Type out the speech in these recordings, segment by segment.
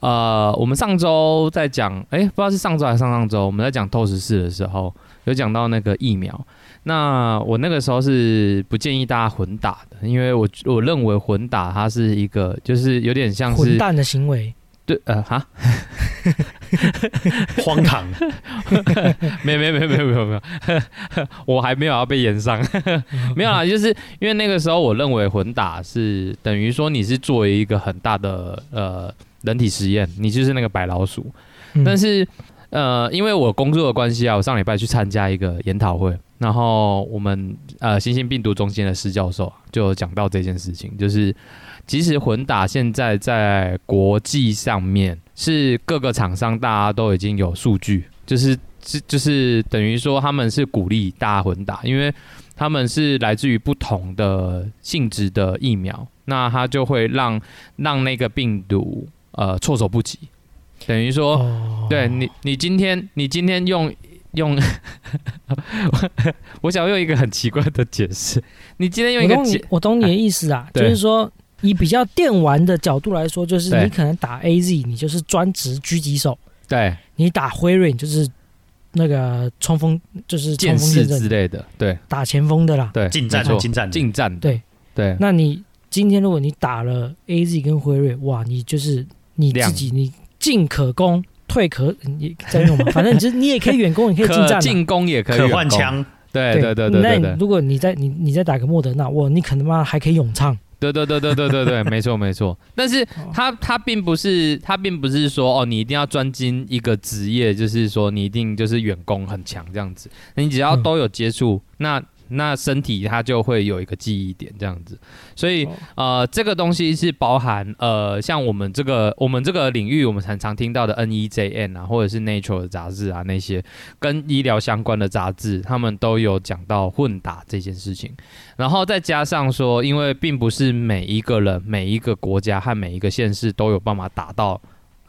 呃，我们上周在讲，哎、不知道是上周还是上上周，我们在讲透视四的时候，有讲到那个疫苗。那我那个时候是不建议大家混打的，因为我我认为混打它是一个，就是有点像混是蛋的行为，对呃哈， 荒唐，没有没有没有没有没有没 有，我还没有要被延上， 没有啦，就是因为那个时候我认为混打是等于说你是做一个很大的呃人体实验，你就是那个白老鼠，嗯但是呃，因为我工作的关系啊，我上礼拜去参加一个研讨会，然后我们呃新兴病毒中心的施教授啊就有讲到这件事情，就是其实混打现在在国际上面是各个厂商大家都已经有数据，就是是就是等于说他们是鼓励大家混打，因为他们是来自于不同的性质的疫苗，那它就会让让那个病毒呃措手不及，等于说。哦对你，你今天你今天用用，我 我想用一个很奇怪的解释，你今天用我一个懂解你，我懂你的意思啊，就对是说以比较电玩的角度来说，就是对你可能打 AZ，你就是专职狙击手；对你打辉瑞，你就是那个冲锋，就是冲剑锋士陷阵之，类的，对打前锋的啦。对，近战啊没错近战的近战的，对对那你今天如果你打了 AZ 跟辉瑞，哇，你就是你自两己，你进可攻，退可你在用嘛， 反正你就是你也可以远攻，你可以近战可嘛。进攻也可以可远换攻，枪，对对对对那对你对如果你再你你再打个莫德纳，哇，你可能妈还可以咏唱，对对对对对对对，没 错没错。但是哦他他并不是他并不是说哦，你一定要专精一个职业，就是说你一定就是远攻很强这样子。你只要嗯都有接触，那那身体它就会有一个记忆点这样子。所以哦呃，这个东西是包含呃，像我们这个我们这个领域，我们常常听到的 NEJN 啊，或者是 Nature 的杂志啊那些跟医疗相关的杂志，他们都有讲到混打这件事情。然后再加上说，因为并不是每一个人、每一个国家和每一个县市都有办法打到，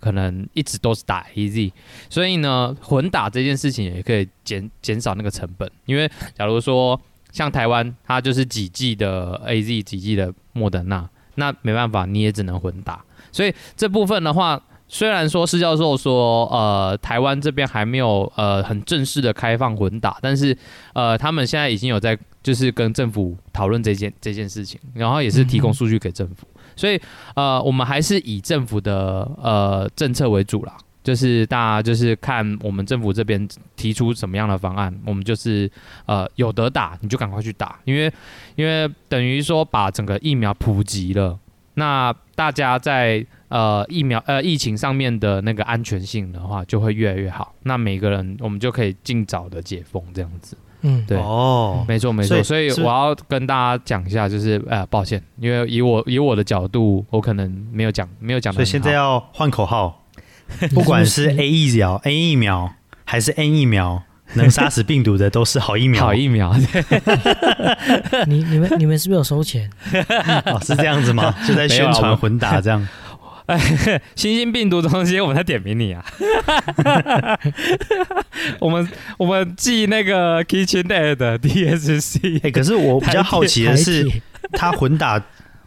可能一直都是打 AZ，所以呢，混打这件事情也可以减减少那个成本。因为假如说像台湾，它就是几剂的 AZ，几剂的莫德纳，那没办法，你也只能混打。所以这部分的话。虽然说施教授说，呃，台湾这边还没有呃很正式的开放混打，但是呃，他们现在已经有在就是跟政府讨论这件这件事情，然后也是提供数据给政府，所以呃，我们还是以政府的呃政策为主啦，就是大家就是看我们政府这边提出什么样的方案，我们就是呃有得打你就赶快去打，因为因为等于说把整个疫苗普及了，那大家在呃疫苗呃疫情上面的那个安全性的话就会越来越好，那每个人我们就可以尽早的解封这样子。嗯，对哦，没错没所错，以所以是不是我要跟大家讲一下，就是呃，抱歉，因为以我以我的角度，我可能没有讲没有讲得所以嗯很好。现在要换 口号，你不管是你 A 疫苗、N 疫苗还是 N 疫苗，能杀死病毒的都是好疫苗，好疫苗， 你你们你们是不是有收钱？ 哦是这样子 吗？就在宣没有啊传我混打 这样，新兴病毒中心，我们在点名你啊。 我们我们寄那个 KitchenAid 的 DSC，哎，可是 我比较好奇的台是，铁它混打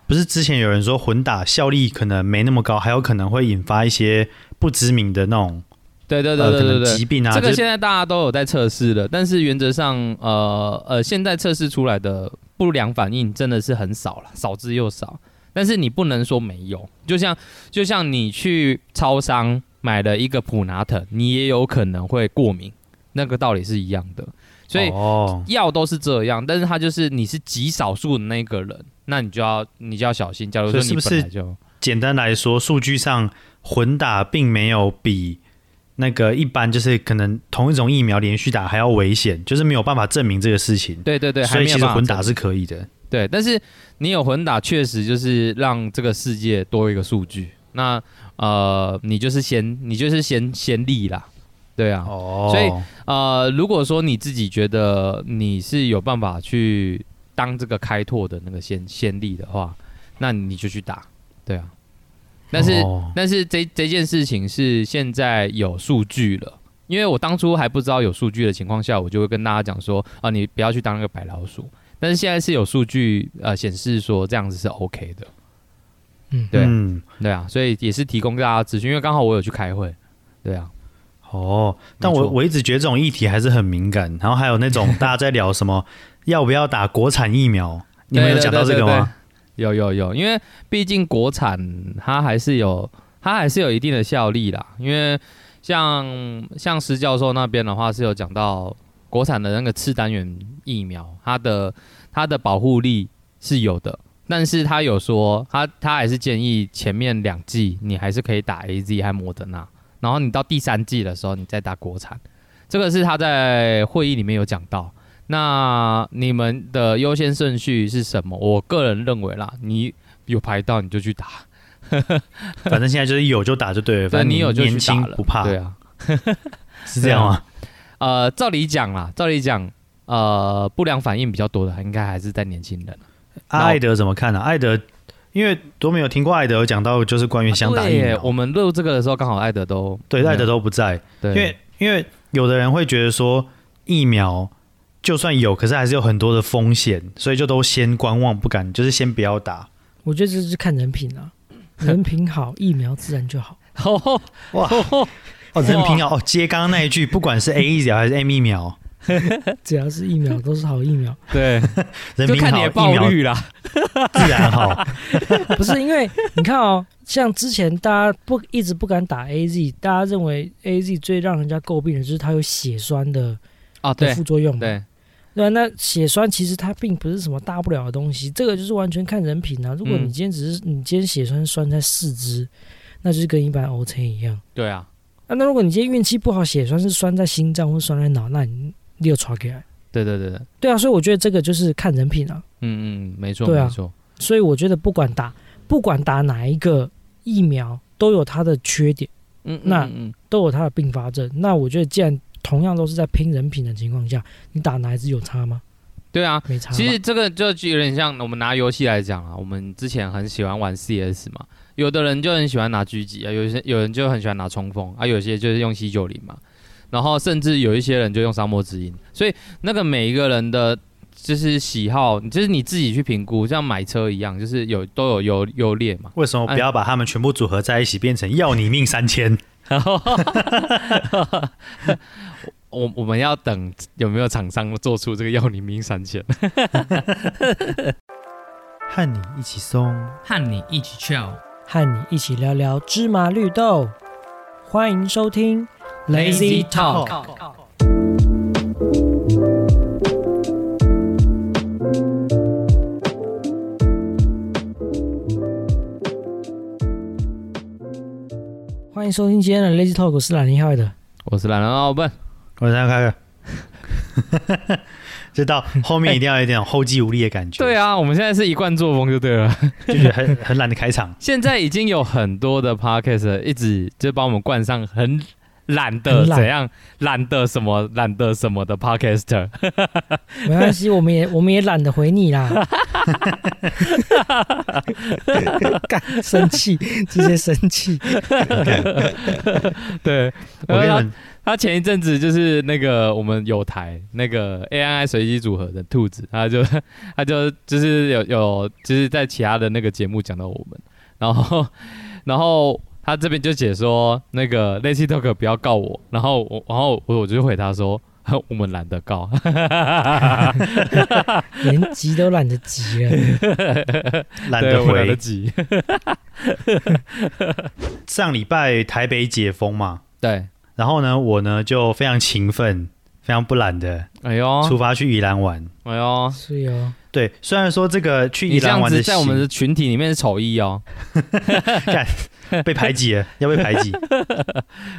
不是之前有人说混打效力可能没那么高，还有可能会引发一些不知名的那种对对对呃对可对能对疾。病啊，这就个是现在大家都有在测试了，但是原则上，呃呃，现在测试出来的不良反应真的是很少了，少之又少。但是你不能说没有，就像就像你去超商买了一个普拿疼，你也有可能会过敏，那个道理是一样的。所以哦，药都是这样，但是它就是你是极少数的那个人，那你就要你就要小心。假如说所以是你不本是来就简单来说，数据上混打并没有比那个一般就是可能同一种疫苗连续打还要危险，就是没有办法证明这个事情。对对对，还所以没有其实办法混打证是可以的。对，但是你有混打，确实就是让这个世界多一个数据。那呃，你就是先，你就是先先例啦，对啊。哦所以呃，如果说你自己觉得你是有办法去当这个开拓的那个先先例的话，那你就去打，对啊。但是、哦但是这这件事情是现在有数据了，因为我当初还不知道有数据的情况下，我就会跟大家讲说啊，你不要去当那个白老鼠。但是现在是有数据呃显示说这样子是 OK 的，嗯，对嗯，对啊，所以也是提供大家资讯，因为刚好我有去开会，对啊，哦，但没我错我一直觉得这种议题还是很敏感。然后还有那种大家在聊什么要不要打国产疫苗，你们有对讲到这对个？对对对吗？有有有，因为毕竟国产它还是有它还是有一定的效力啦，因为像像施教授那边的话是有讲到国产的那个次单元疫苗，它的它的保护力是有的。但是他有说，他他还是建议前面两季你还是可以打 A Z 和莫德纳，然后你到第三季的时候你再打国产，这个是他在会议里面有讲到。那你们的优先顺序是什么？我个人认为啦，你有排到你就去打，反正现在就是有就打就对对了，反正你有就去年轻打了，不怕，对啊，是这样吗？呃，照理讲啦，照理讲，呃，不良反应比较多的应该还是在年轻人。那啊我艾德怎么看呢、艾德，因为都没有听过艾德有讲到，就是关于想打疫啊对耶苗，我们录这个的时候刚好艾德都对艾德，都不在，嗯对，因为因为有的人会觉得说疫苗就算有，可是还是有很多的风险，所以就都先观望，不敢，就是先不要打。我觉得这是看人品啊，人品好，疫苗自然就好。哦哇哦哦，人品好哦，接刚刚那一句，不管是 A 疫苗还是 M 疫苗，只要是疫苗都是好疫苗， 对， 人就品看你好，的疫爆苗率 啦。自然好。不是因为你看哦，像之前大家不一直不敢打 A Z，大家认为 A Z 最让人家诟病的就是它有血栓的啊，的对副作用嘛，对，对啊，那血栓其实它并不是什么大不了的东西，这个就是完全看人品啊。如果嗯你今天只是、你今天血栓栓在四肢，那就是跟一般 O C 一样。对啊，啊，那如果你今天运气不好，血栓是栓在心脏或栓在脑，那你你有传给来。对对对对，对啊，所以我觉得这个就是看人品啊。嗯嗯，没错对啊没错，所以我觉得不管打不管打哪一个疫苗，都有它的缺点，嗯，嗯那嗯都有它的并发症。那我觉得既然同样都是在拼人品的情况下，你打哪一支有差吗？对啊，没差吧。其实这个就有点像我们拿游戏来讲啊，我们之前很喜欢玩 CS 嘛，有的人就很喜欢拿狙击啊，有些有人就很喜欢拿冲锋啊，有些就是用 C 九零嘛，然后甚至有一些人就用沙漠之鹰，所以那个每一个人的就是喜好，就是你自己去评估，像买车一样，就是有都有优优劣 嘛。为什么不哎要把他们全部组合在一起，变成要你命三千？然后我我们要等有没有厂商做出这个要你命三千，和你一起松。和你一起 chill。和你一起聊聊芝麻绿豆。欢迎收听 Lazy Talk。欢迎收听今天的 Lazy Talk，我是懒厉害的。我是懒人奥笨，我再看看， 这到后面一定要有一点后继无力的感觉，哎对啊，啊，我们现在是一贯作风就对了。 就觉得很很懒得开场。现在已经有很多的 podcast 一直就把我们冠上很懒的很懒怎样懒的什么懒的什么的 podcaster， 没关系，我们也我们也懒得回你啦。 干生气，直接生气。对，我跟你然后们他他前一阵子就是那个我们有台那个 A I I 随机组合的兔子，他就 他就就是有有就是在其他的那个节目讲到我们，然后 然后他这边就解说那个 Lazy Talk 不要告我，然后我然后我我就回他说 我们懒得 告，连急都懒得急了。 懒对得我懒得回。急，上礼拜台北解封嘛，对，然后呢，我呢就非常勤奋，非常不懒的哎呦出发去宜兰玩。哎呦，是哦，对，虽然说这个去你宜这兰样玩子的在我们行的群体里面是丑一哦，被排 挤了，要被排挤。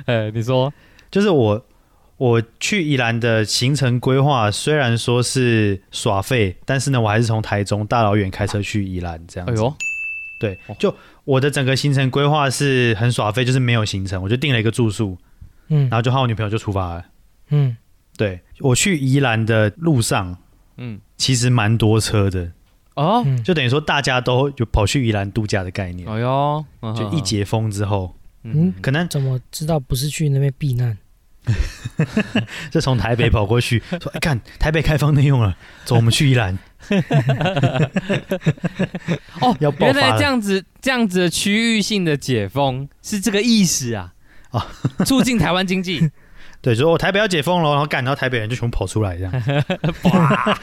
哎呃，你说，就是我我去宜兰的行程规划，虽然说是耍费，但是呢，我还是从台中大老远开车去宜兰这样子。哎呦，对，就我的整个行程规划是很耍废，就是没有行程，我就订了一个住宿，嗯然后就和我女朋友就出发了。嗯，对我去宜兰的路上，嗯，其实蛮多车的，哦，嗯就等于说大家都有跑去宜兰度假的概念。哎呦，嗯就一解封之后，嗯，可能怎么知道不是去那边避难？就从台北跑 过去，说：“哎，看台北开放内用了，走，我们去宜兰。哦，要爆发原来了这样子这样子的区域性的解封是这个意思啊！哦促进台湾经 济，”对，说哦我台北要解封了，然后干，然后台北人就全部跑出来，这样哇，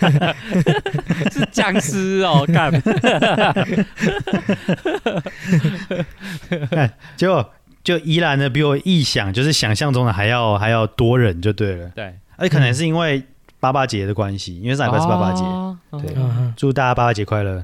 是僵尸 哦，干，结果就宜兰的比我臆想，就是想象中的还要还要多人就对嗯了，对，而且可能是因为八八节的关系，因为上礼拜是八八节，哦对嗯哼，祝大家八八节快乐。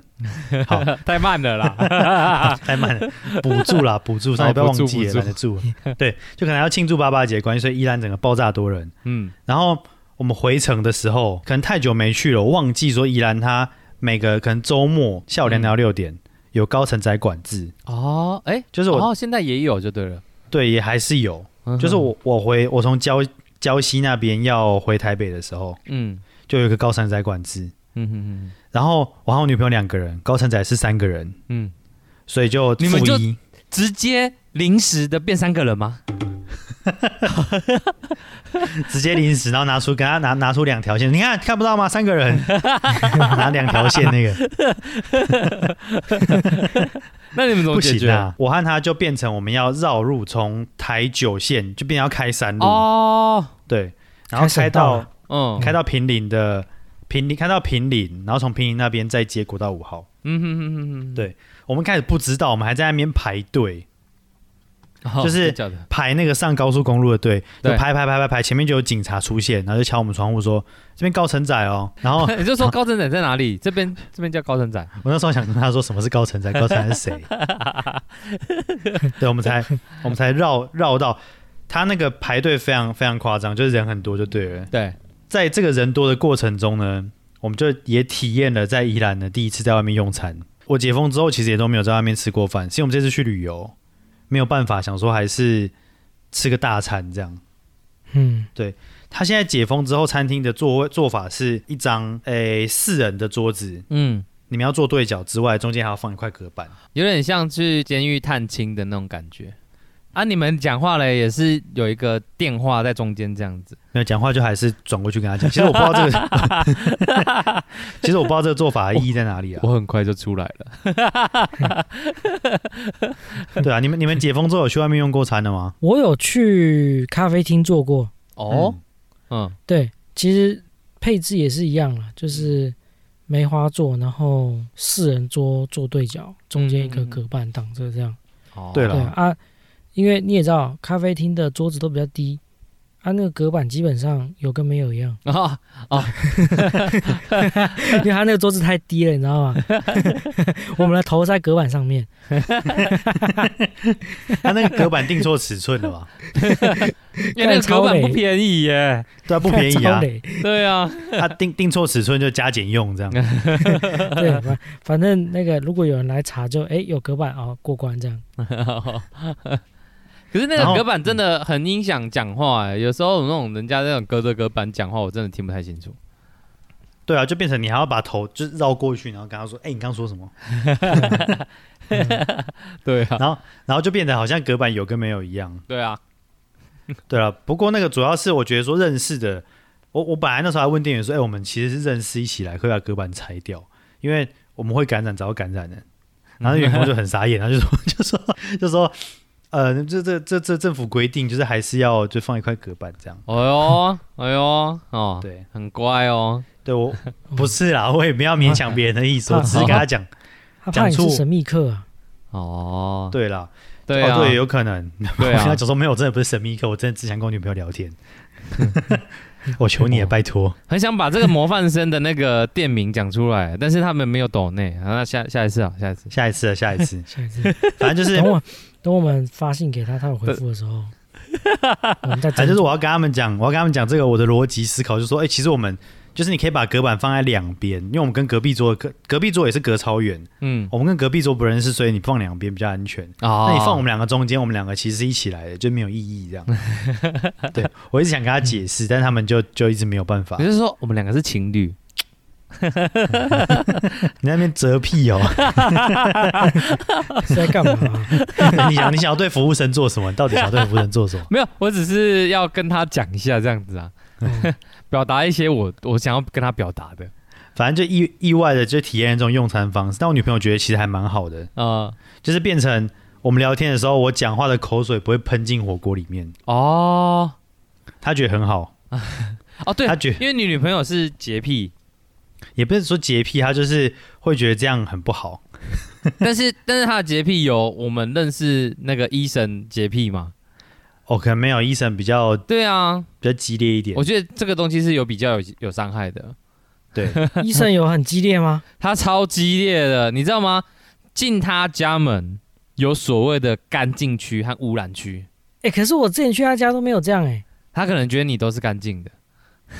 好，太慢了啦， 太慢 了，补助啦，补助，上礼拜忘记了，哦懒得住了。对，就可能要庆祝八八节的关系，所以宜兰整个爆炸多人。嗯，然后我们回程的时候，可能太久没去了，我忘记说宜兰它每个可能周末下午两点到六点、有高层宅管制，哦，哎，就是我、哦，现在也有就对了，对也还是有，嗯就是，我我回我从礁礁溪那边要回台北的时候，嗯就有一个高层宅管制，嗯嗯然后我和我女朋友两个人，高层宅是三个人，嗯嗯，所以就你们负就一，直接临时的变三个人吗？直接临时，然后拿出给他拿拿出两条线，你看看不到吗？三 个人拿两条线那个。那你们怎么不解行决？啊！我和他就变成我们要绕路，从台九线就变成要开山路，哦，对，开然后开省道到了嗯，开到平林的平林，开到平林，然后从平林那边再接国道五号。嗯哼哼哼哼，对我们开始不知道，我们还在那边排队哦就是这样的排那个上高速公路的队，就对排排排排排，前面就有警察出现，然后就敲我们窗户说这边高承载哦。然后 你就说高承载在哪里？这边这边叫高承载，我那时候想跟他说什么是高承载，高承载是谁？ 对，我们才我们才绕绕到他那个排队非常非常夸张，就是人很多就对了。 对，在这个人多的过程中呢，我们就也体验了在宜兰的第一次在外面用餐。我解封之后，其实也都没有在外面吃过饭，是因为我们这次去旅游，没有办法，想说还是吃个大餐这样。嗯，他现在解封之后，餐厅的座位做法是一张诶四人的桌子，嗯，你们要坐对角之外，中间还要放一块隔板。有点像去监狱探亲的那种感觉。啊，你们讲话嘞，也是有一个电话在中间这样子。没有讲话就还是转过去跟他讲。其实我不知道这个，其实我不知道这个 做法的意义在哪里啊。我很快就出来了。对啊，你们你们解封之后有去外面用过餐的吗？我有去咖啡厅做过，哦，嗯对，其实配置也是一样啦，就是梅花座，然后四人桌坐对角，中间一个隔板挡着这样。哦对对了，啊，因为你也知道，咖啡厅的桌子都比较低，啊，那个隔板基本上有跟没有一 样， 哦，因为它那个桌子太低了，你知道 吗？我们的头在隔板上面，他那个隔板定错尺寸了吧？因为那个隔板超不累便宜耶。对啊，不便宜超 啊。累对啊， 他定定错尺寸就加减用这样。 对，反反正那个如果有人来查就，哎有隔板哦过关这样。可是那然个后隔板真的很影响讲话哎，有时候那种人家那种隔着隔板讲话，我真的听不太清楚。对啊，就变成你还要把头就是绕过去，然后跟他说：“哎、你刚刚说什么对？”啊，然后然后就变得好像隔板有跟没有一样。对啊，对了、不过那个主要是我觉得说认识的，我我本来那时候还问店员说：“哎、我们其实是认识一起来，可不可以把隔板拆掉，因为我们会感染，早就感染了。”然后员工就很傻眼，然后就说就说就说，呃，这这这这政府规定就是还是要就放一块隔板这样。哎呦，哎呦，哦，对，很乖哦。对我嗯 不是啦，我也不要勉强别人的 意思，我只是跟他讲，他啊怕你讲是错神秘客啊，，哦，对啦，对啊，哦、对，有可能，对 我跟他啊，讲说没有，真的不是神秘客，我真的只想跟我女朋友聊天， 我求你了，拜托，很想把这个模范生的那个店名讲出来，但是他们没有抖内。啊那下下一次啊，下一次。下一次了，下一次下一次反正 就是 等我等我们发信给他，他有回复的时候，我们再斟酌反正呃就是我要跟他们讲，我要跟他们讲这个我的逻辑思考，就是说，哎、其实我们就是你可以把隔板放在两边，因为我们跟隔壁桌隔隔壁桌也是隔超远，嗯，我们跟隔壁桌不认识，所以你放两边比较安全。哦，那你放我们两个中间，我们两个其实是一起来的，就没有意 义这样。对我一直想跟他解释，但他们就就一直没有办法嗯你。是说我们两个是情侣？你在那边折屁哦！ 是在干嘛？啊你想你想要对服务生做什么？你到底想要对服务生做什 么？没有，我只是要跟他讲一下这样子啊，嗯 表达一些我我想要跟他表达的。反正就意意外的就体验这种用餐方式。但我女朋友觉得其实还蛮好的，呃，就是变成我们聊天的时候，我讲话的口水不会喷进火锅里面，哦她觉得很好。哦，对她，觉因为你女朋友是洁癖， 也不是说洁癖，她就是会觉得这样很不好。但是但是她的洁癖有我们认识那个医生洁癖嘛？哦，可能没有医生比较比对啊，较激烈一点我。觉得这个东西是有比较有有伤害的，对，医生有很激烈吗？他超激烈的，你知道吗？进他家门有所谓的干净区和污染区，哎、可是我之前去他家都没有这样哎、他可能觉得你都是干净的。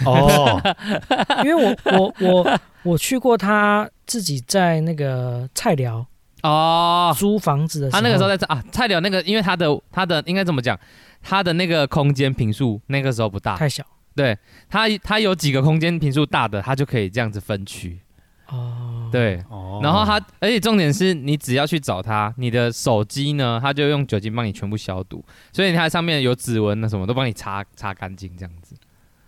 哦， 因为我我我我去过他自己在那个菜寮哦，租房子的时他候，那个时候在这啊，菜鸟那个，因为他的他的应该怎么讲，他的那个空间平数那个时候不大，太小对他他有几个空间平数大的，他就可以这样子分区，哦，，对。哦然后他，而且重点是你只要去找他，你的手机呢，他就用酒精帮你全部消毒，所以它上面有指纹啊，什么都帮你擦擦干净这样子。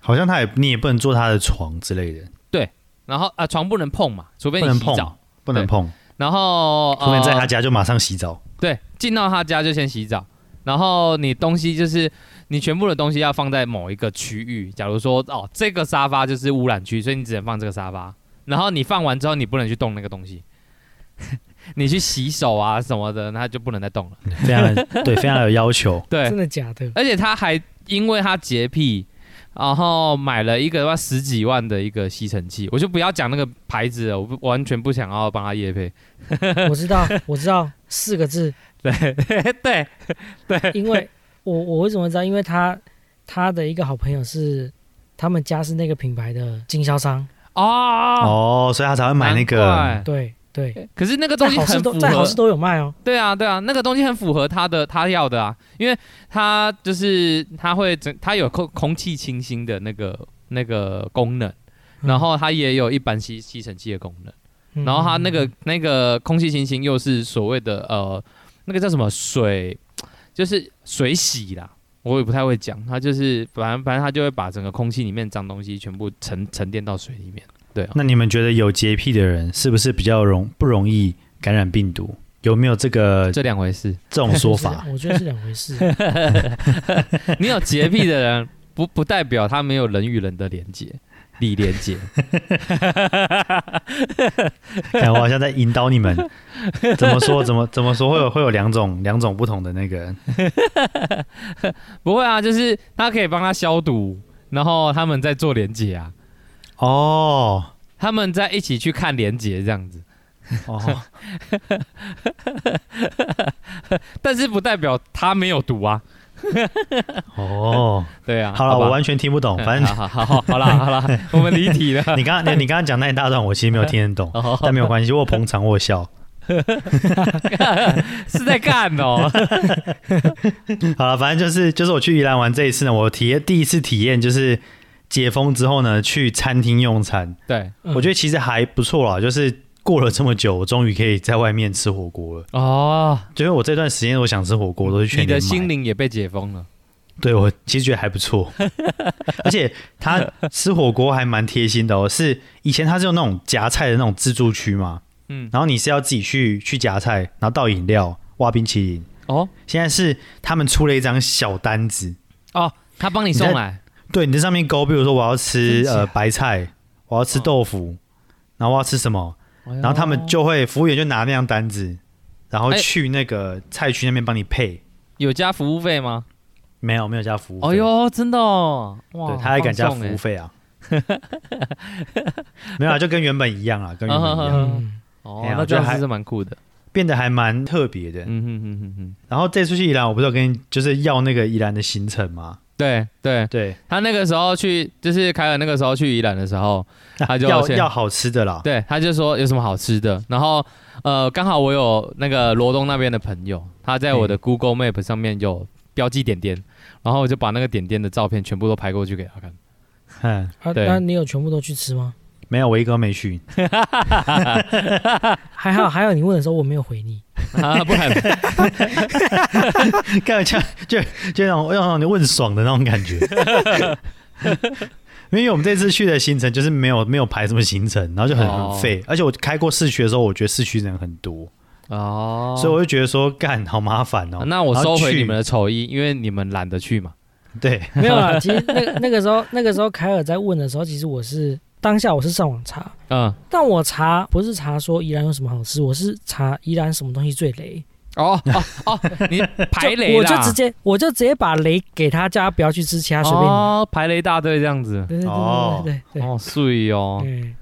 好像他也你也不能坐他的床之类的，然后啊、床不能碰嘛，除非不你能洗澡碰。，不能碰，然后除非在他呃家就马上洗澡。对，进到他家就先洗澡，然后你东西就是你全部的东西要放在某一个区域。假如说哦，这个沙发就是污染区，所以你只能放这个沙发。然后你放完之后，你不能去动那个东西，你去洗手啊什么的，那就不能再动了。非 常的对，非常有要求。对真，的假的？而且他还因为他洁癖。然后买了一个要十几万的一个吸尘器，我就不要讲那个牌子了，我不完全不想要帮他业配。我知道，我知道，四个字， 对对，因为我我为什么会知道？因为他他的一个好朋友是他们家是那个品牌的经销商，哦，哦，所以他才会买那个。难怪对对，可是那个东在西好事很都符在好合事，都有卖哦。对啊对啊，那个东西很符合他的他要的啊，因为他就是他会整他有空空气清新的那个那个功能，嗯然后它也有一般吸吸尘器的功能，嗯然后它那个那个空气清新又是所谓的呃那个叫什么水，就是水洗啦。我也不太会讲，它就是反正反正它就会把整个空气里面脏东西全部沉沉淀到水里面。对啊，那你们觉得有洁癖的人是不是比较容不容易感染病毒？有没有这个这这两回事。种 说法？我觉得是两回事。你有洁癖的人，不不代表他没有人与人的连接，理连接。哎看我好像在引导你们，怎么说？怎么怎么说？会有会有两种两种不同的那个。不会啊，就是他可以帮他消毒，然后他们在做连接啊，哦他们在一起去看连接这样子， 哦，但是不代表他没有毒啊。哦，对啊，好了，吧我完全听不懂。嗯反正好好好好啦好啦， 我们离题了。你刚刚你你刚刚讲那一大段，我其实没有听得懂，哦，但没有关系，我有捧场，我有笑。 是在干 哦，好了，反正就是就是我去宜兰玩这一次呢，我体验第一次体验就是解封之后呢，去餐厅用餐，对嗯我觉得其实还不错啦，就是。过了这么久，我终于可以在外面吃火锅了。哦，就是我这段时间，我想吃火锅，我都去全你的联买心灵也被解封了。对我其实觉得还 不错，而且他吃火锅还蛮贴心的哦。是以前他是有那种夹菜的那种自助区嘛，嗯，然后你是要自己去去夹菜，然后倒饮料、挖冰淇淋。哦现在是他们出了一张小单子，哦，他帮你送来，对你在上面勾，比如说我要吃真假呃白菜，我要吃嗯豆腐，然后我要吃什么，然然后他们就会服务员就拿那张单子，然后哦哎去那个菜区那边帮你配。有加服务费吗？没有没有加服务费，哎呦，真的哦，哇，对，他还敢加放欸纵服欸务费啊？ 没有啊，就跟原本一样 啊，跟原本一样，嗯，哦哎，呀那我这觉得样还是蛮酷的。变得还蛮特别的。嗯哼哼哼哼，然后这次去宜兰，我不是有跟你就是要那个宜兰的行程吗？对对，对，他那个时候去，就是凯尔那个时候去宜兰的时候，他就要先要好吃的啦。对，他就说有什么好吃的，然后呃，刚好我有那个罗东那边的朋友，他在嗯我的 Google Map 上面有标记点点，然后我就把那个点点的照片全部都拍过去给他看。 嗯，啊对那你有全部都去吃吗？没有，我一个都没去。还好还好，你问的时候我没有回你，啊， 不然干嘛这样 就就让我让你问爽的那种感觉。 因为我们这次去的行程就是没有没有排什么行程，然后就很哦很废。而且我开过市区的时候，我觉得市区人很多，哦，啊所以我就觉得说干好麻烦哦。那我然收后回去你们的丑衣，因为你们懒得去嘛。对， 没有啦。其实那个那个时候 那个时候凯尔在问的时候，其实我是当下我是上网查，嗯，但我查不是查说宜兰有什么好吃，我是查宜兰什么东西最雷，哦哦哦， 你排雷我啦就直接我就直接把雷给他，叫他不要去吃，其他随便你。哦，排雷大队这样子。对对哦对对对对哦，碎哦对。。嗯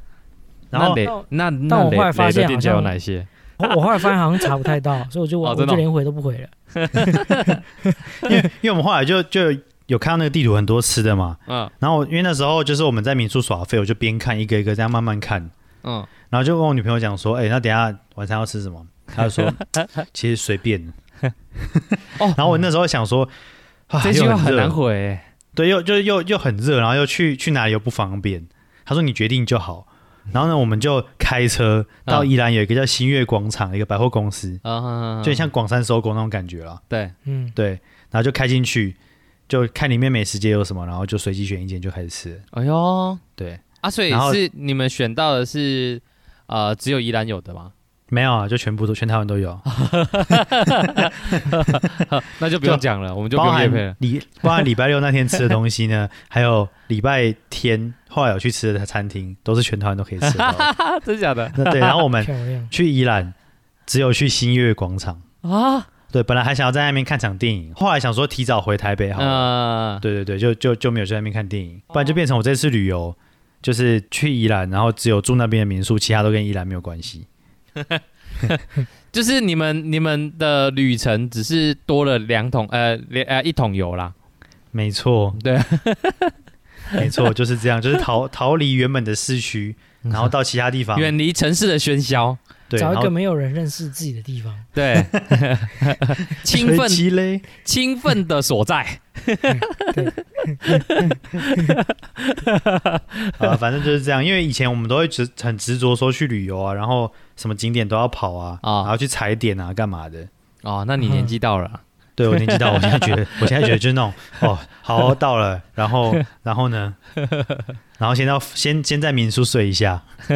然后那到雷那但那我后来雷发雷现的好店家有像哪些？我我后来发现好像查不 太到，所以我就哦我真的就哦连回都不回了。因为因为我们后来就就有看到那个地图很多吃的嘛，嗯然后因为那时候就是我们在民宿耍废，我就边看一个一个这样慢慢看，嗯，然后就跟我女朋友讲说，哎、那等一下晚餐要 吃什么？她就说其实随便。哦 然后我那时候想说，啊这句又话很热难回欸。对，又就又又很热，然后又去去哪里又不方便。他说你决定就好。嗯然后呢，我们就开车到宜兰有一个叫新月广场的一个百货公司，啊，就很像广山收购那种感觉啦。对，嗯，对，然后就开进去，就看里面美食街有什么，然后就随机选一间就开始吃。哎呦对，啊，所以然后是你们选到的是呃只有宜兰有的吗？没有啊，就全部都全台湾都有，那就不用讲了，我们就不包用夜含配了。礼包含礼拜六那天吃的东西 呢，还有礼拜天后来有去吃的餐厅，都是全台湾都可以吃 得到的。啊，真假的那对，然后我哎们漂亮。去宜兰，只有去新月广场。啊？对，本来还想要在那边看场电影，后来想说提早回台北好了。嗯，对对对，就就就没有去那边看电影，哦不然就变成我这次旅游就是去宜兰，然后只有住那边的民宿，其他都跟宜兰没有关系。就是你们你们的旅程只是多了两桶呃两呃一桶油啦。没错，对， 没错，就是这样，就是逃逃离原本的 市区，嗯然后到其他地方，远离城市的喧嚣，对，找然一个后没有人认识自己的地方。对， 随勤奋 机嘞，勤奋的所在。啊，反正就是这样。因为以前我们都会执很执着说去旅游啊，然后什么景点都要跑啊，啊然后去踩点啊，干 嘛的。哦，那你年纪到了，对我年纪到，我现在觉得，我现在觉得就是那种哦，好到了，然 后然后呢，然后先到先先在民宿睡一下，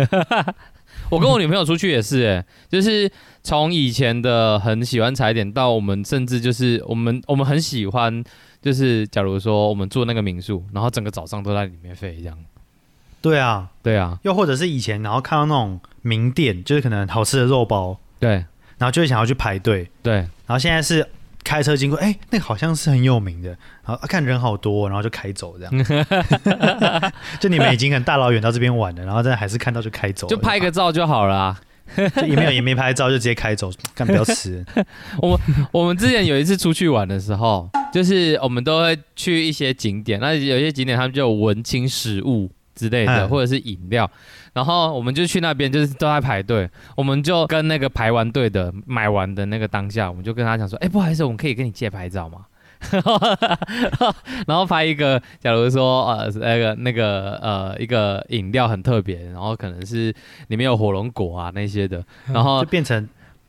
我跟我女朋友出去也是、欸，就是从以前的很喜欢踩点，到我们甚至就是我们我们很喜欢，就是假如说我们住那个民宿，然后整个早上都在里面飞这样。对啊，对啊，又或者是以前然后看到那种名店，就是可能好吃的肉包，对然后就会想要去排队，对，然后现在是开车经过，哎，那个好像是很有名的，然后、啊看人好多，然后就开走这样， 就你们已经很大老远到这边玩了，然后但还是看到就开走了，就拍个照就好了、啊。就也没有也没拍照，就直接开走，干不 要吃，我们之前有一次出去玩的时候，就是我们都会去一些景点，那有些景点他们就有文青食物之类的，嗯或者是饮料，然后我们就去那边，就是都在排队，我们就跟那个排完队的买完的那个当下，我们就跟他讲说，哎、不好意思，我们可以跟你借拍照吗？ 然后拍一个，假如说呃那个那个呃一个饮料很特别，然后可能是里面有火龙果啊那些的，然后就变成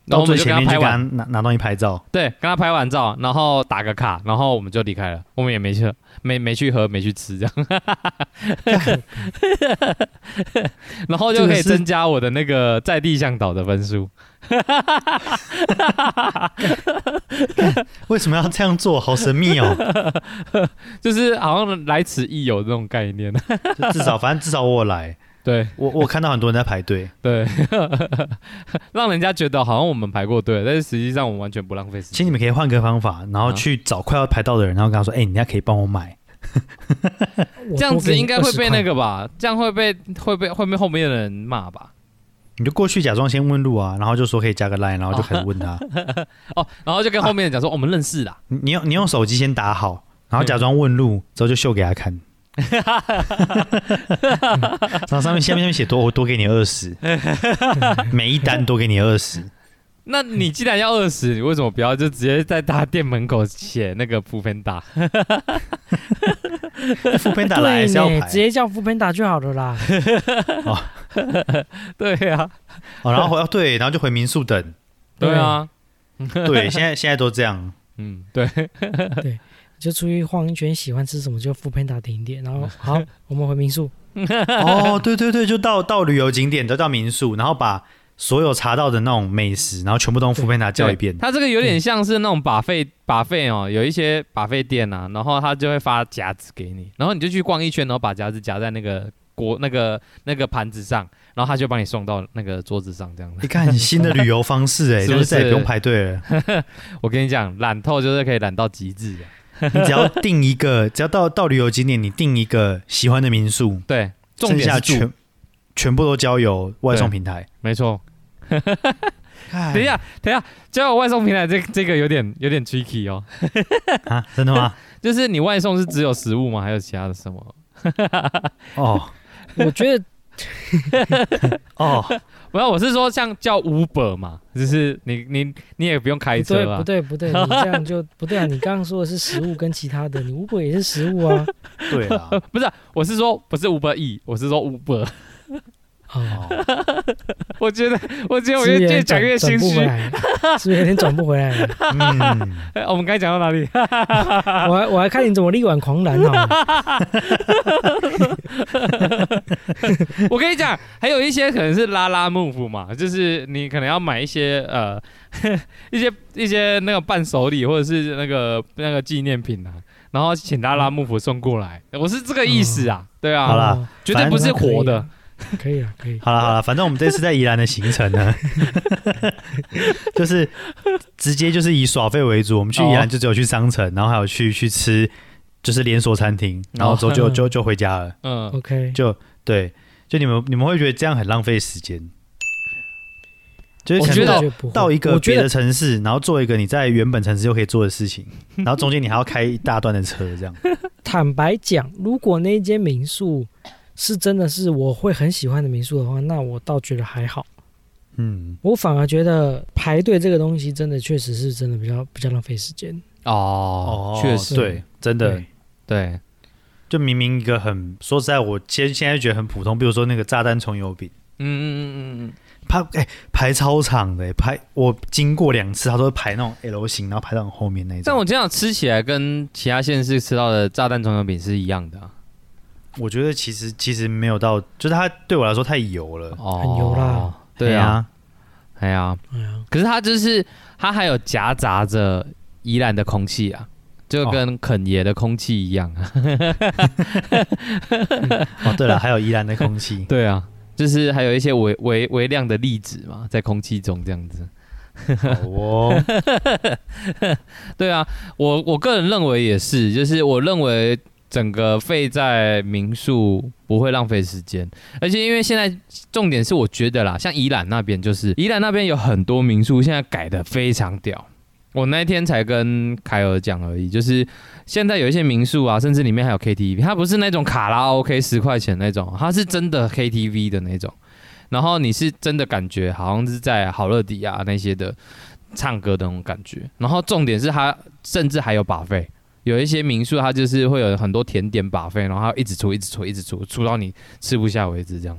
然后到我最们就跟前他面就拍给他完，拿拿东西拍照。对，跟他拍完照，然后打个卡，然后我们就离开了，我们也没去，没没去喝，没去吃这样， 然后就可以增加我的那个在地向导的分数。 为什么要这样做？好神秘哦！ 就是好像来此一游这种概念， 就至少，反正至少我有来，对我我看到很多人在排队，对， 让人家觉得好像我们排过队，但是实际上我们完全不浪费时其实间。你们可以换个方法，然后去找快要排到的人，然后跟他说：“哎、你家可以帮我买。我这样多给子你应该会被20那块个吧？这样会被会被会被后面的人骂吧？”你就过去假装先问路啊，然后就说可以加个 line，然后就开始问他。哦，然后就跟后面的人讲说、我们认识啦，你你用你用手机先打好，然后假装问嗯路，之后就秀给他 看。然后上面下面下面写多我多给你 二十，每一单多给你二十。那你既然要饿死，你为什么不要就直接在他店门口写那个普芬达？副片打来还对是要呢，排直接叫副班打就好了啦。 对啊，哦，然后回哦对，然后就回民宿 等。对啊，对，现在现在都 这样，嗯，对，就出去晃一圈，喜欢吃什么就副班打点一点，然后好，我们回民宿。哦，对对对，就到到旅游景点，都到民宿，然后把所有查到的那种美食，然后全部都用福片达叫一遍。他这个有点像是那种把费把费哦，有一些把费店啊，然后他就会发夹子给你，然后你就去逛一圈，然后把夹子夹在那个锅那个那个盘子上，然后他就帮你送到那个桌子上这样子。你看新的旅游方式哎、 是不就是再也不用是排队了，我跟你讲，懒透就是可以懒到极致的。啊你只要定一个，只要到到旅游景点，你定一个喜欢的民宿，对，重剩点下是住，全全部都交由外送对平台。没错。等等哎一下，等一下，交友外送平台这这个有点有点 tricky 哦，啊，真的 吗？就是你外送是只有食物吗？还有其他的什么？哦我觉得哦，不要，我是说像叫 Uber 嘛，就是你你你也不用 开不车对，啊不。对，不对， 你这样就不对啊！你刚刚说的是食物跟其他的，你乌龟也是食物 啊。对啦，不是啊、我是说不是 Uber E，我是说 Uber。 哦，哦，我觉得，我觉得我是越不是有越点讲越转心转不虚回。来了，是不是有点转不回 来了？嗯，哎我们刚才讲到哪里？ 我还我还看你怎么力挽狂澜哦。我跟你讲，还有一些可能是拉拉 move 嘛，就是你可能要买一些呃 一些一些那个伴手礼或者是那个那个纪念品啊，然后请拉拉 move 送过来，我是这个意思啊，对啊，好啦哦，绝对不是活的，可以了，啊可以了。好了好了，反正我们这次在宜兰的行程呢， 就是直接就是以耍费为主。我们去宜兰就只有去商城，然后还有去去吃就是连锁餐厅，然后之后就哦就就回家了。嗯， OK，就对，就你们你们会觉得这样很浪费时间，就是我可觉能得到不会到一个我觉别得的城市，然后做一个你在原本城市就可以做的事情，然后中间你还要开一大段的车，这样坦白讲，如果那间民宿是真的是我会很喜欢的民宿的话，那我倒觉得还好。嗯。我反而觉得排队这个东西真的确实是真的比较比较浪费时间。哦哦，，确实，对，真的，对对，就明明一个很说实在，我现现在觉得很普通，比如说那个炸弹葱油饼，嗯嗯嗯嗯排哎、排超长的、排我经过两次，他都会排那种 L 型，然后排到很后面那一嗯，种。但我这样吃起来跟其他县市吃到的炸弹葱油饼是一样的啊、我觉得其实其实没有到，就是它对我来说太油了。哦，很油啦，对嘿啊，，哎呀、哎呀，可是它就是它还有夹杂着宜兰的空气啊，就跟肯爷的空气一样啊。 哦对了，还有宜兰的空 气，对啊，就是还有一些微微微量的粒子嘛，在空气中这样子。好哦， 对啊，我我个人认为也是，就是我认为整个费在民宿不会浪费时间，而且因为现在重点是我觉得啦，像宜兰那边就是宜兰那边有很多民宿现在改的非常屌。我那天才跟凯尔讲而已，就是现在有一些民宿啊，甚至里面还有 KTV，它不是那种卡拉 OK 十块钱那种，它是真的 KTV 的那种。然后你是真的感觉好像是在好乐迪啊那些的唱歌的那种感觉。然后重点是它甚至还有把费，有一些民宿它就是会有很多甜点把费，然后它一直出一直出一直出，出到你吃不下为止这样。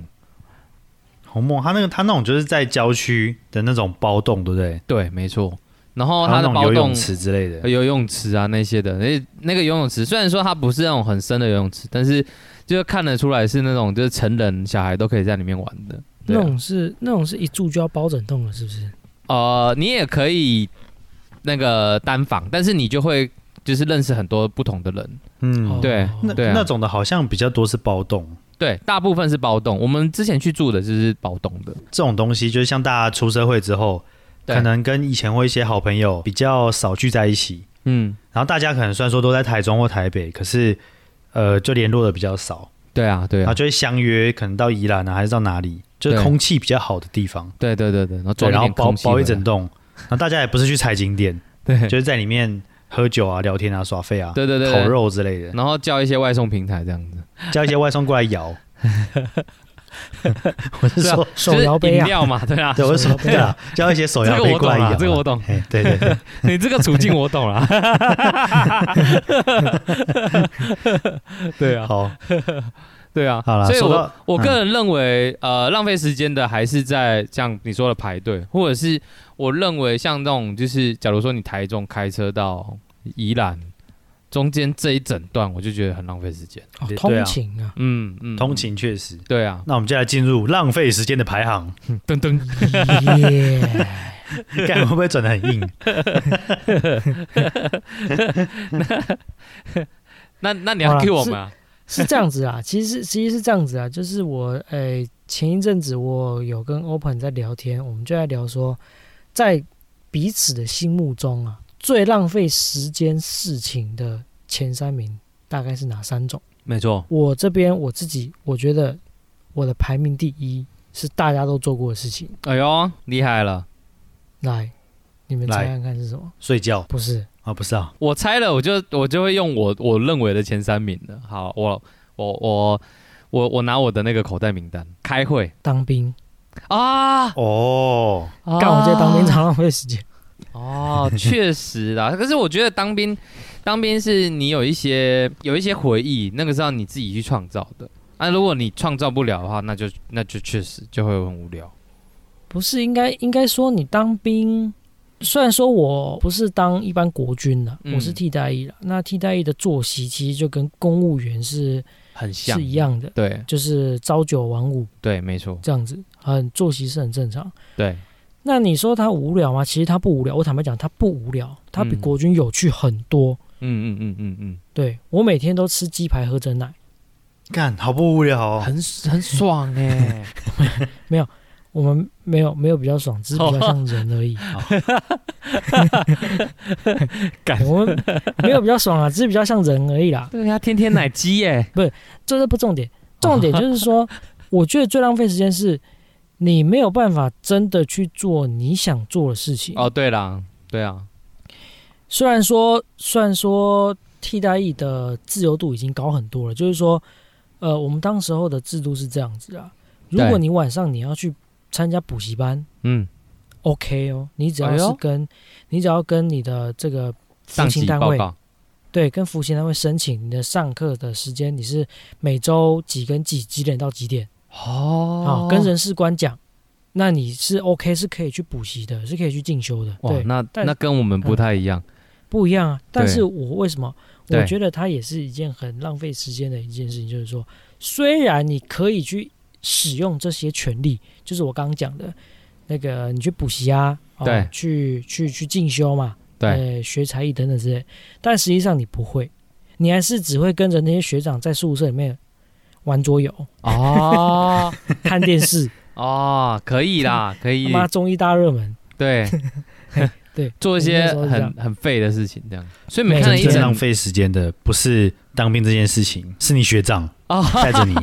好梦，他那个他那种就是在郊区的那种包栋，对不对？对，没错。然后它还有的那种包游栋泳池之类的，游泳池啊那些的，那那个游泳池虽然说它不是那种很深的游泳池，但是就是看得出来是那种就是成人小孩都可以在里面玩的。那对啊种是那种是一住就要包整栋了，是不是？呃，你也可以那个单房，但是你就会就是认识很多不同的人。嗯，对哦那对啊那种的好像比较多是包栋，对，大部分是包栋。我们之前去住的就是包栋的，这种东西，就是像大家出社会之后，对可能跟以前会一些好朋友比较少聚在一起，嗯，然后大家可能虽然说都在台中或台北，可是呃就联络的比较少，对啊，对然后啊，就会相约可能到宜兰啊，还是到哪里，就是对空气比较好的地方，对对对对，然后对，装然后点包空气包回一来整栋，然后大家也不是去踩景点，对就是在里面喝酒啊、聊天啊、耍废啊、对对对烤对，肉之类的， 然后叫一些外送平台这样子。 叫一些外送过来摇。我是对啊说，手摇就是杯饮啊，料嘛，对啊， 对，我是说，对啊，叫一些手摇这个杯我过来懂啦摇，这个我懂哎，对对 对，你这个处境我懂啊 了。 对啊，好，对啊，好啦所以说我到我个人认为，呃，浪费时间的还是在像你说的排队，或者是我认为像那种就是，假如说你台中开车到宜兰，中间这一整段，我就觉得很浪费时间。哦对啊通勤 啊， 嗯嗯，通勤确实。对啊，那我们接下来进入浪费时间的 排行，噔噔，耶，看会不会转的很硬？那那你要好啦 Q 我们啊？是这样子啊，其实其实是这样子啊，就是我呃前一阵子我有跟 Open 在聊天，我们就在聊说，在彼此的心目中啊，最浪费时间事情的前三名大概是哪三种？没错，我这边我自己我觉得我的排名第一是大家都做过的事情，哎呦，厉害了！来，你们猜来看看是什么？睡觉不是，啊，不是啊，我猜了，我就我就会用我我认为的前三名的。好，我我我我我拿我的那个口袋名单，开会当兵，啊，哦，干我这当兵长。常浪费时间。哦，确实啦。可是我觉得当兵，当兵是你有一些有一些回忆，那个是要你自己去创造的。啊，如果你创造不了的话，那就那就确实就会很无聊。不是应该应该说你当兵，虽然说我不是当一般国军了，嗯我是替代役了。那替代役的作息其实就跟公务员是很像是一样的，对就是朝九晚五对，没错，这样子，很作息是很正常。对，那你说他无聊吗？其实他不无聊，我坦白讲，他不无聊，他比嗯国军有趣很多。嗯嗯嗯嗯嗯，对我每天都吃鸡排喝真奶，干，好不无聊哦。很很爽哎、欸我们没有没有比较爽，只是比较像人而已。 干我们没有比较爽啊，只是比较像人而已啦。 对呀、天天奶鸡耶、 这都不重点，重点就是说，我觉得最浪费时间是你没有办法真的去做你想做的事情。哦，对啦，对啊，虽然说，虽然说替代役的自由度已经高很多了，就是说，呃，我们当时候的制度是这样子啊，如果对你晚上你要去参加补习班嗯， ，OK 哦，你只要哎是呦跟、你只要跟你的这个上服级勤单报位告，对，跟服勤单位申请你的上课的时间，你是每周几跟几几点到几点。哦啊，跟人事官讲，那你是 OK 是可以去补习的，是可以去进修的，哇，对，那但那跟我们不太一样，不一样啊。但对是我为什么我对觉得它也是一件很浪费时间的一件事情，就是说，虽然你可以去使用这些权利，就是我刚刚讲的那个，你去补习啊，哦对去去去进修嘛，对呃，学才艺等等之类，但实际上你不会，你还是只会跟着那些学长在宿舍里面玩桌游、哦 看电视，哦，可以啦，可以他，妈综艺大热门。对 对，做一我那些时候是这很样很废的事情，这样。所以每每看了一真天正浪 整费时间的不是当兵这件事情，是你学 长啊带着你，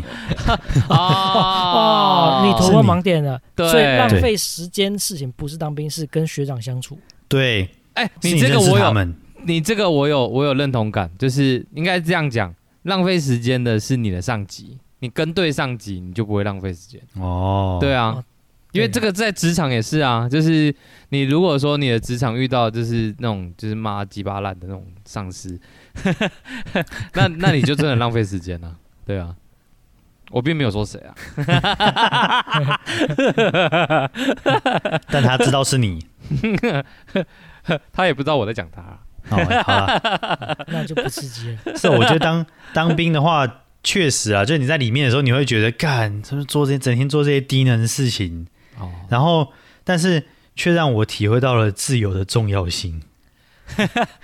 啊哦，你突是破你盲点了。对最浪对费时间事情不是当兵，是跟学长相处。对，哎，是你这个认识我他有，们，你这个我有，我有认同感，就是应该这样讲，浪费时间的是你的上级，你跟对上级，你就不会浪费时间。哦，对啊哦。因为对这个在职场也是啊，就是你如果说你的职场遇到就是那种就是骂鸡巴烂的那种上司， 那那你就真的浪费时间了、对啊， 我并没有说谁啊，但他知道是你。 他也不知道我在讲他、啊。哦，好了，那就不刺激了。 是我觉得当当兵的话，确实啊，就是你在里面的时候，你会觉得干，怎么做这些整天做这些低能的事情，哦，然后但是却让我体会到了自由的重 要性。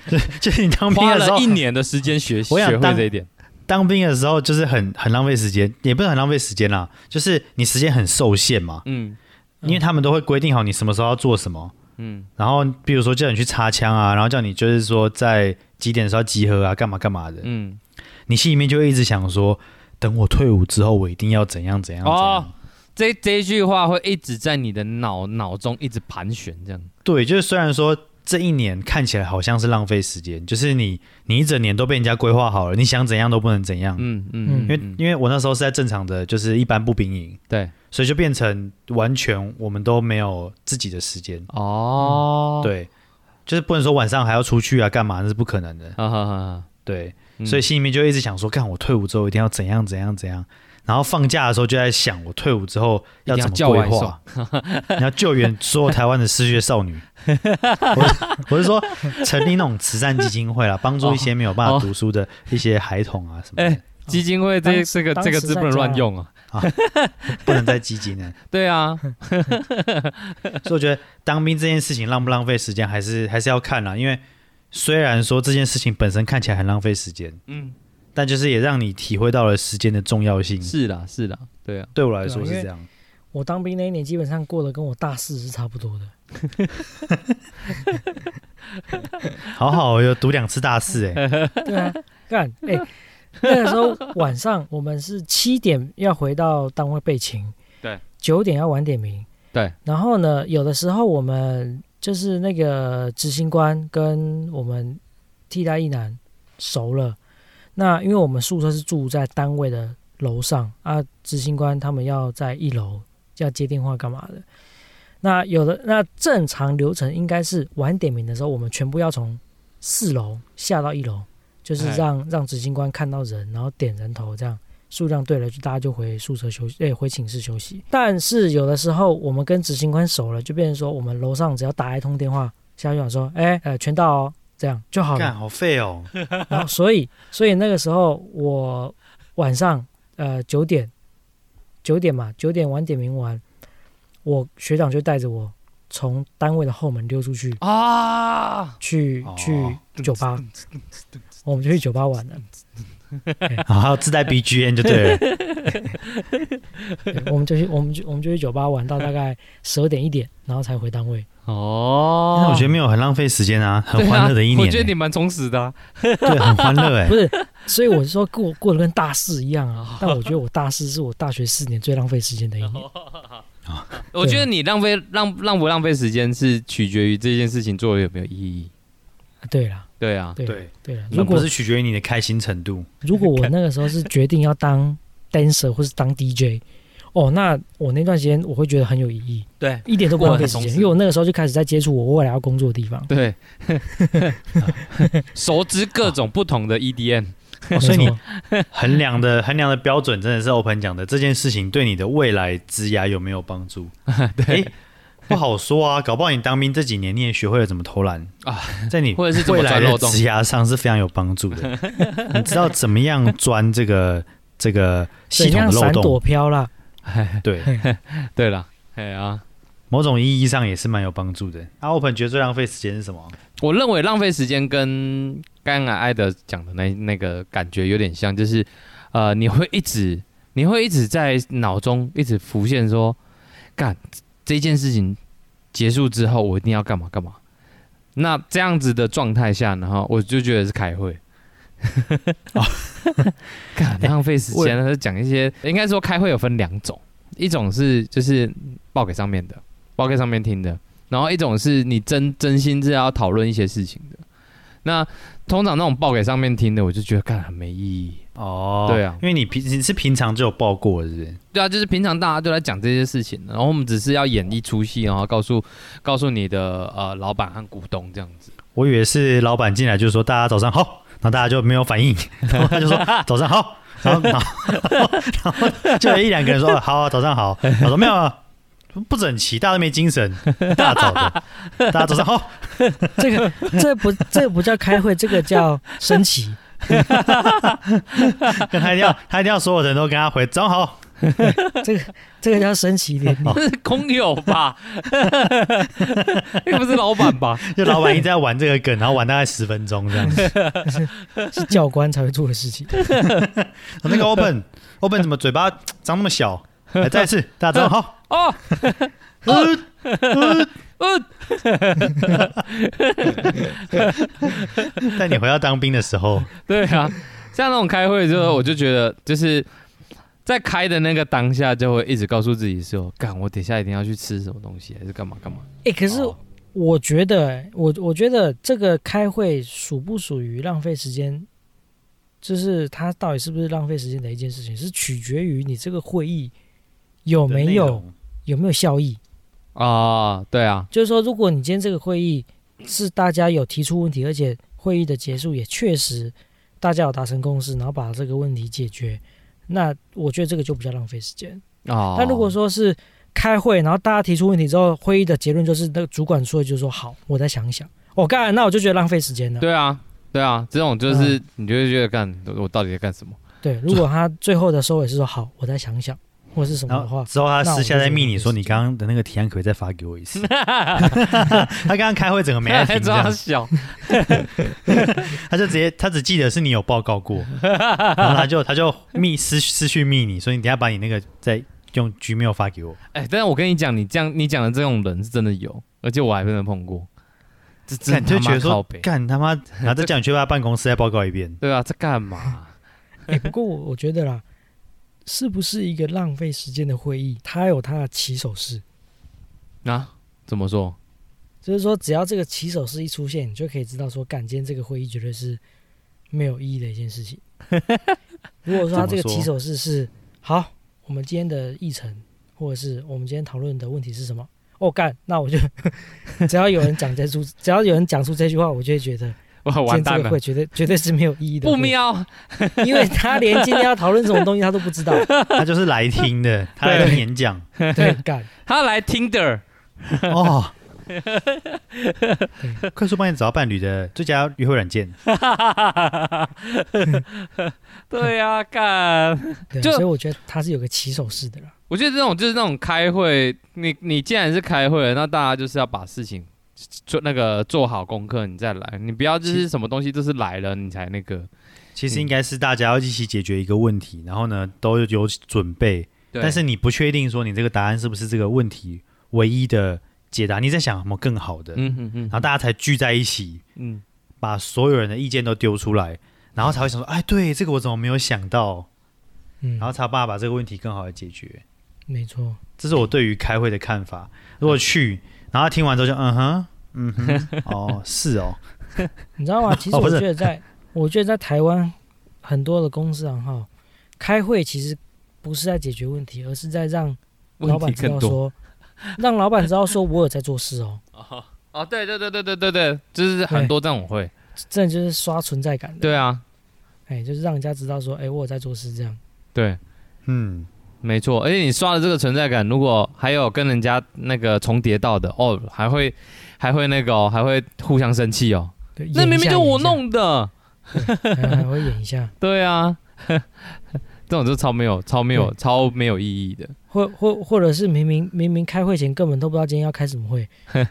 就就是你当兵花的时了候一，年的时间学习我想学会当这一点。当兵的时候就是很很浪费时间，也不是很浪费时间啦，就是你时间很受限嘛，嗯因为他们都会规定好你什么时候要做什么，嗯，然后比如说叫你去擦枪啊，然后叫你就是说在几点的时候要集合啊，干嘛干嘛的，嗯，你心里面就会一直想说，等我退伍之后，我一定要怎样怎样怎样。哦这这一句话会一直在你的脑脑中一直盘旋，这样。对，就是虽然说这一年看起来好像是浪费时间，就是你你一整年都被人家规划好了，你想怎样都不能怎样。嗯嗯嗯，因为因为我那时候是在正常的，就是一般步兵营，对所以就变成完全我们都没有自己的时间。哦，，对，就是不能说晚上还要出去啊，干嘛那是不可能的。哈哈哈，对，嗯所以心里面就一直想说，看我退伍之后一定要怎样怎样怎样。然后放假的时候就在想，我退伍之后一定要怎么叫规外划？你要救援所有台湾的失学少女。我我是说，成立那种慈善基金会啦，帮助一些没有办法读书的一些孩童啊什么哦的，哎基金会这当这个当这个时字在不能乱家用啊， 不能再基金呢。对 啊，所以我觉得当兵这件事情浪不浪费时间，还是还是要看啦。因为虽然说这件事情本身看起来很浪费时间，嗯，但就是也让你体会到了时间的重要性。是啦是啦，对啊，对我来说是对啊因为这样。我当兵那一年基本上过得跟我大四是差不多的。好好，有读两次大四哎、对啊，干哎、那个时候晚上我们是七点要回到单位备勤，对，九点要晚点名，对。然后呢，有的时候我们就是那个执行官跟我们替代一男熟了，那因为我们宿舍是住在单位的楼上啊，执行官他们要在一楼要接电话干嘛的。那有的那正常流程应该是晚点名的时候，我们全部要从四楼下到一楼，就是哎让让执行官看到人，然后点人头这样。数量对了，就大家就回宿舍休息，哎、回寝室休息。但是有的时候我们跟执行官熟了，就变成说我们楼上只要打一通电话，下去讲说，哎、呃，全到哦，这样就好了。干好废哦， 然后所以所以那个时候我晚上呃九点九点嘛，九点晚点名完，我学长就带着我从单位的后门溜出去，啊，去哦去酒 吧，我们就去酒吧玩了。然后自带 BGM 就对了。对我们就去我们就我们就去酒吧玩到大概十二点一点，然后才回单位。哦，那我觉得没有很浪费时间啊，很对啊欢乐的一我年、觉得欸你蛮充实的啊，对，很欢乐哎、不是，所以我说过过得跟大四一样啊。但我觉得我大四是我大学四年最浪费时间的一哦年。啊我觉得你浪费浪浪不浪费时间是取决于这件事情做的有没有意义，对啦，对啊，对对，对啦，那如不果是取决于你的开心程度，如果我那个时候是决定要当 dancer 或是当 DJ，哦，那我那段时间我会觉得很有意义，对一点都不浪费时过得很充间，实因为我那个时候就开始在接触我未来要工作的地方。对， 熟知各种不同的 E EDM，没所以你错衡量的衡量的标准真的是 Open 讲的这件事情对你的未来职涯有没有帮助？对、不好说啊，搞不好你当兵这几年你也学会了怎么偷懒啊啊，在你或者是怎么未来钻的漏洞，职涯上是非常有帮助的。 你知道怎么样钻这个这个系怎统样的漏闪躲洞？飘啦？对， 对了，哎啊，某种意义上也是蛮有帮助的。那 Open 觉得最浪费时间是什么？我认为浪费时间跟刚刚艾德讲的那那个感觉有点像，就是呃，你会一直你会一直在脑中一直浮现说，干这件事情结束之后我一定要干嘛干嘛。那这样子的状态下，然后我就觉得是开会。 干浪费时间，他就讲一些，应该说开会有分两种，一种是就是报给上面的，报给上面听的，然后一种是你真真心是要讨论一些事情的。那通常那种报给上面听的，我就觉得干很没意义。哦对啊因为你平你是平常就有报过，是不是？对啊，就是平常大家都在讲这些事情，然后我们只是要演一出戏，然后告诉告诉你的呃老板和股东这样子。我以为是老板进来就说大家早上好，然后大家就没有 反应，然后他就说早上好，然后然后然后就有一两个人说哦好、啊、早上好，我说没有、啊。不整齐，大家都没精神，大早的，大家早上好，这个这不这不叫开会，这个叫升旗。跟他 一定要，他一定要所有人都跟他回早上好，这个这个叫升旗 典礼。这是工友吧？ 那个不是老板吧？就老板一直在玩这个梗，然 后玩大概十分钟这 样子。是教官才会做的事情。那个 open open 怎么嘴巴张那 么小？来再一次，大家早上好。 哦，呃 嗯，带你回到当兵的 时候，对啊，像那种开会之后，我就觉得就是在开的那个当下，就会一直告诉自己说，干，我等一下一定要去吃什么东西，还是干嘛干嘛。哎、可是哦我觉得欸，我我觉得这个开会属不属于浪费时间，就是它到底是不是浪费时间的一件事情，是取决于你这个会议有的内没有容有没有效益。啊，对啊，就是说，如果你今天这个会议是大家有提出问题，而且会议的结束也确实大家有达成共识，然后把这个问题解决，那我觉得这个就比较浪费时间。哦，但如果说是开会，然后大家提出问题之后，会议的结论就是那个主管说就是说好，我再想想。我、干，那我就觉得浪费时间了。对啊，对啊，这种就是、嗯你就会觉得干我到底在干什 么？对，如果他最后的收尾是说好，我再想想，或是什么然的后话，之后他那我私下就再觉得密你浪费说，时你间刚刚的那个提案可不可以再发给我一 次？他刚刚开会整个没在听，这装样小，他就直接他只记得是你有报告 过，然后他就他就密私私讯密你说你等一下把你那个再用 Gmail 发给我， 哎、但是我跟你讲，你这样你讲的这种人是真的有，而且我还真的碰过，这干真你的他就觉妈得靠说北，干他妈，然后再叫你去他办公室再报告一遍。对啊，在干嘛？哎、不过我我觉得啦，是不是一个浪费时间的会议，它有它的起手式。啊？怎么说？就是说，只要这个起手式一出现，你就可以知道说，干今天这个会议绝对是没有意义的一件事情。如果说他这个怎么起说手式是好，我们今天的议程，或者是我们今天讨论的问题是什么？哦，干，那我就只要有人讲这出，只要有人讲出这句话，我就会觉得我今完天这蛋个了会，绝对绝对是没有意义的不会，喵，因为他连今天要讨论什么东西他都不知道。他就是来听 的，他来听演讲对，干，他来 Tinder， 哦。快速帮你找到伴侣的最佳约会软件，对啊，干。对，就所以我觉得他是有个起手式的啦。我觉得这种就是那种开会，你你既然是开会了，那大家就是要把事情做那个做好功课，你再来，你不要就是什么东西都是来了你才那个。其实应该是大家要一起解决一个问题，然后呢都有准备，对，但是你不确定说你这个答案是不是这个问题唯一的解答，你在想有没有更好的，嗯嗯嗯然后大家才聚在一起，嗯，把所有人的意见都丢出来，然后才会想说，哎，对，这个我怎么没有想到？嗯然，后才有办法把这个问题更好的解决。没错，这是我对于开会的看法。如果去，然后听完之后就嗯哼，嗯哼，哦，是哦，你知 道吗？其实哦我不是觉得在，我觉得在台湾很多的公司行号开会，其实不是在解决问题，而是在让老嗯问板题知更道多。说，让老板知道说我有在做事哦，哦哦，对对对对对对对，就是很多这种会。这就是刷存在感的。对啊，哎，就是让人家知道说，哎，我有在做事这样。对，嗯，没错。而且你刷了这个存在感，如果还有跟人家那个重叠到的，哦，还会还会那个、哦，还会互相生气哦。对那明明就我，演弄的。一下演一下 哎我演一下，对啊， 这种就超没有、超没有、对超没有意义的。或或或者是明明明明开会前根本都不知道今天要开什 么会，